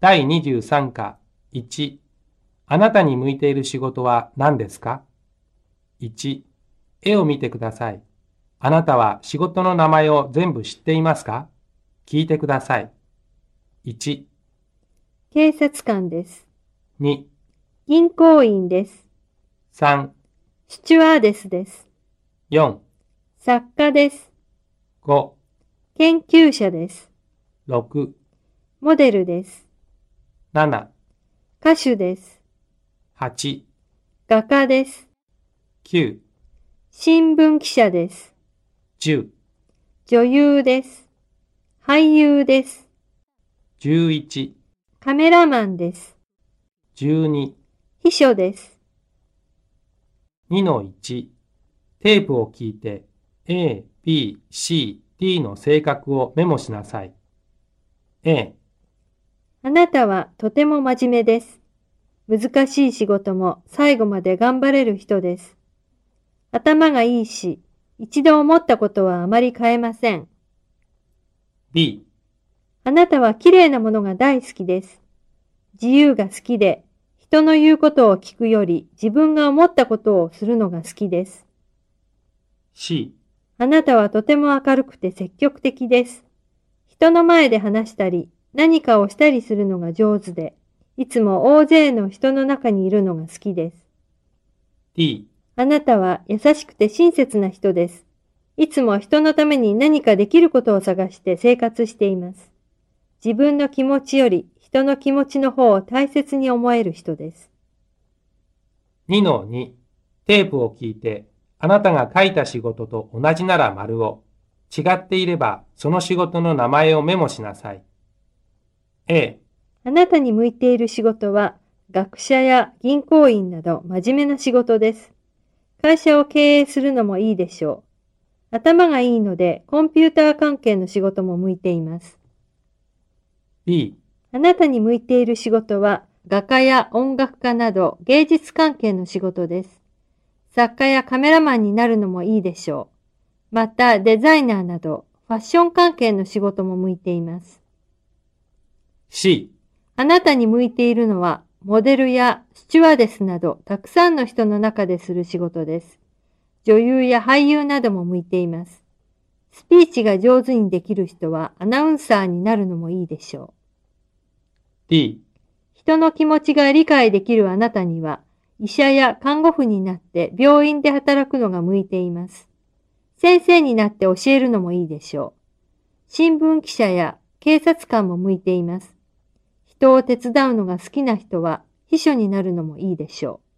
第23課1あなたに向いている仕事は何ですか ?1 絵を見てください。あなたは仕事の名前を全部知っていますか聞いてください。1、警察官です。 2、銀行員です。 3、シチュアーデスです。 4、作家です。 5、研究者です。 6、モデルです。 7、歌手です。 8、画家です。 9、新聞記者です。 10、女優です。俳優です。 11、カメラマンです。 12、秘書です。 2の1、テープを聞いて A、B、C、D の性格をメモしなさい。A、あなたはとても真面目です。難しい仕事も最後まで頑張れる人です。頭がいいし、一度思ったことはあまり変えません。 B、あなたは綺麗なものが大好きです。自由が好きで、人の言うことを聞くより自分が思ったことをするのが好きです。 C、あなたはとても明るくて積極的です。人の前で話したり、何かをしたりするのが上手で、いつも大勢の人の中にいるのが好きです。 D、あなたは優しくて親切な人です。いつも人のために何かできることを探して生活しています。自分の気持ちより人の気持ちの方を大切に思える人です。 2の2、テープを聞いて、あなたが書いた仕事と同じなら丸を、違っていればその仕事の名前をメモしなさい。A、あなたに向いている仕事は学者や銀行員など真面目な仕事です。会社を経営するのもいいでしょう。頭がいいのでコンピューター関係の仕事も向いています。 B、あなたに向いている仕事は画家や音楽家など芸術関係の仕事です。作家やカメラマンになるのもいいでしょう。またデザイナーなどファッション関係の仕事も向いています。 C、あなたに向いているのはモデルやスチュワーデスなどたくさんの人の中でする仕事です。女優や俳優なども向いています。スピーチが上手にできる人はアナウンサーになるのもいいでしょう。 D、人の気持ちが理解できるあなたには、医者や看護婦になって病院で働くのが向いています。先生になって教えるのもいいでしょう。新聞記者や警察官も向いています。人を手伝うのが好きな人は秘書になるのもいいでしょう。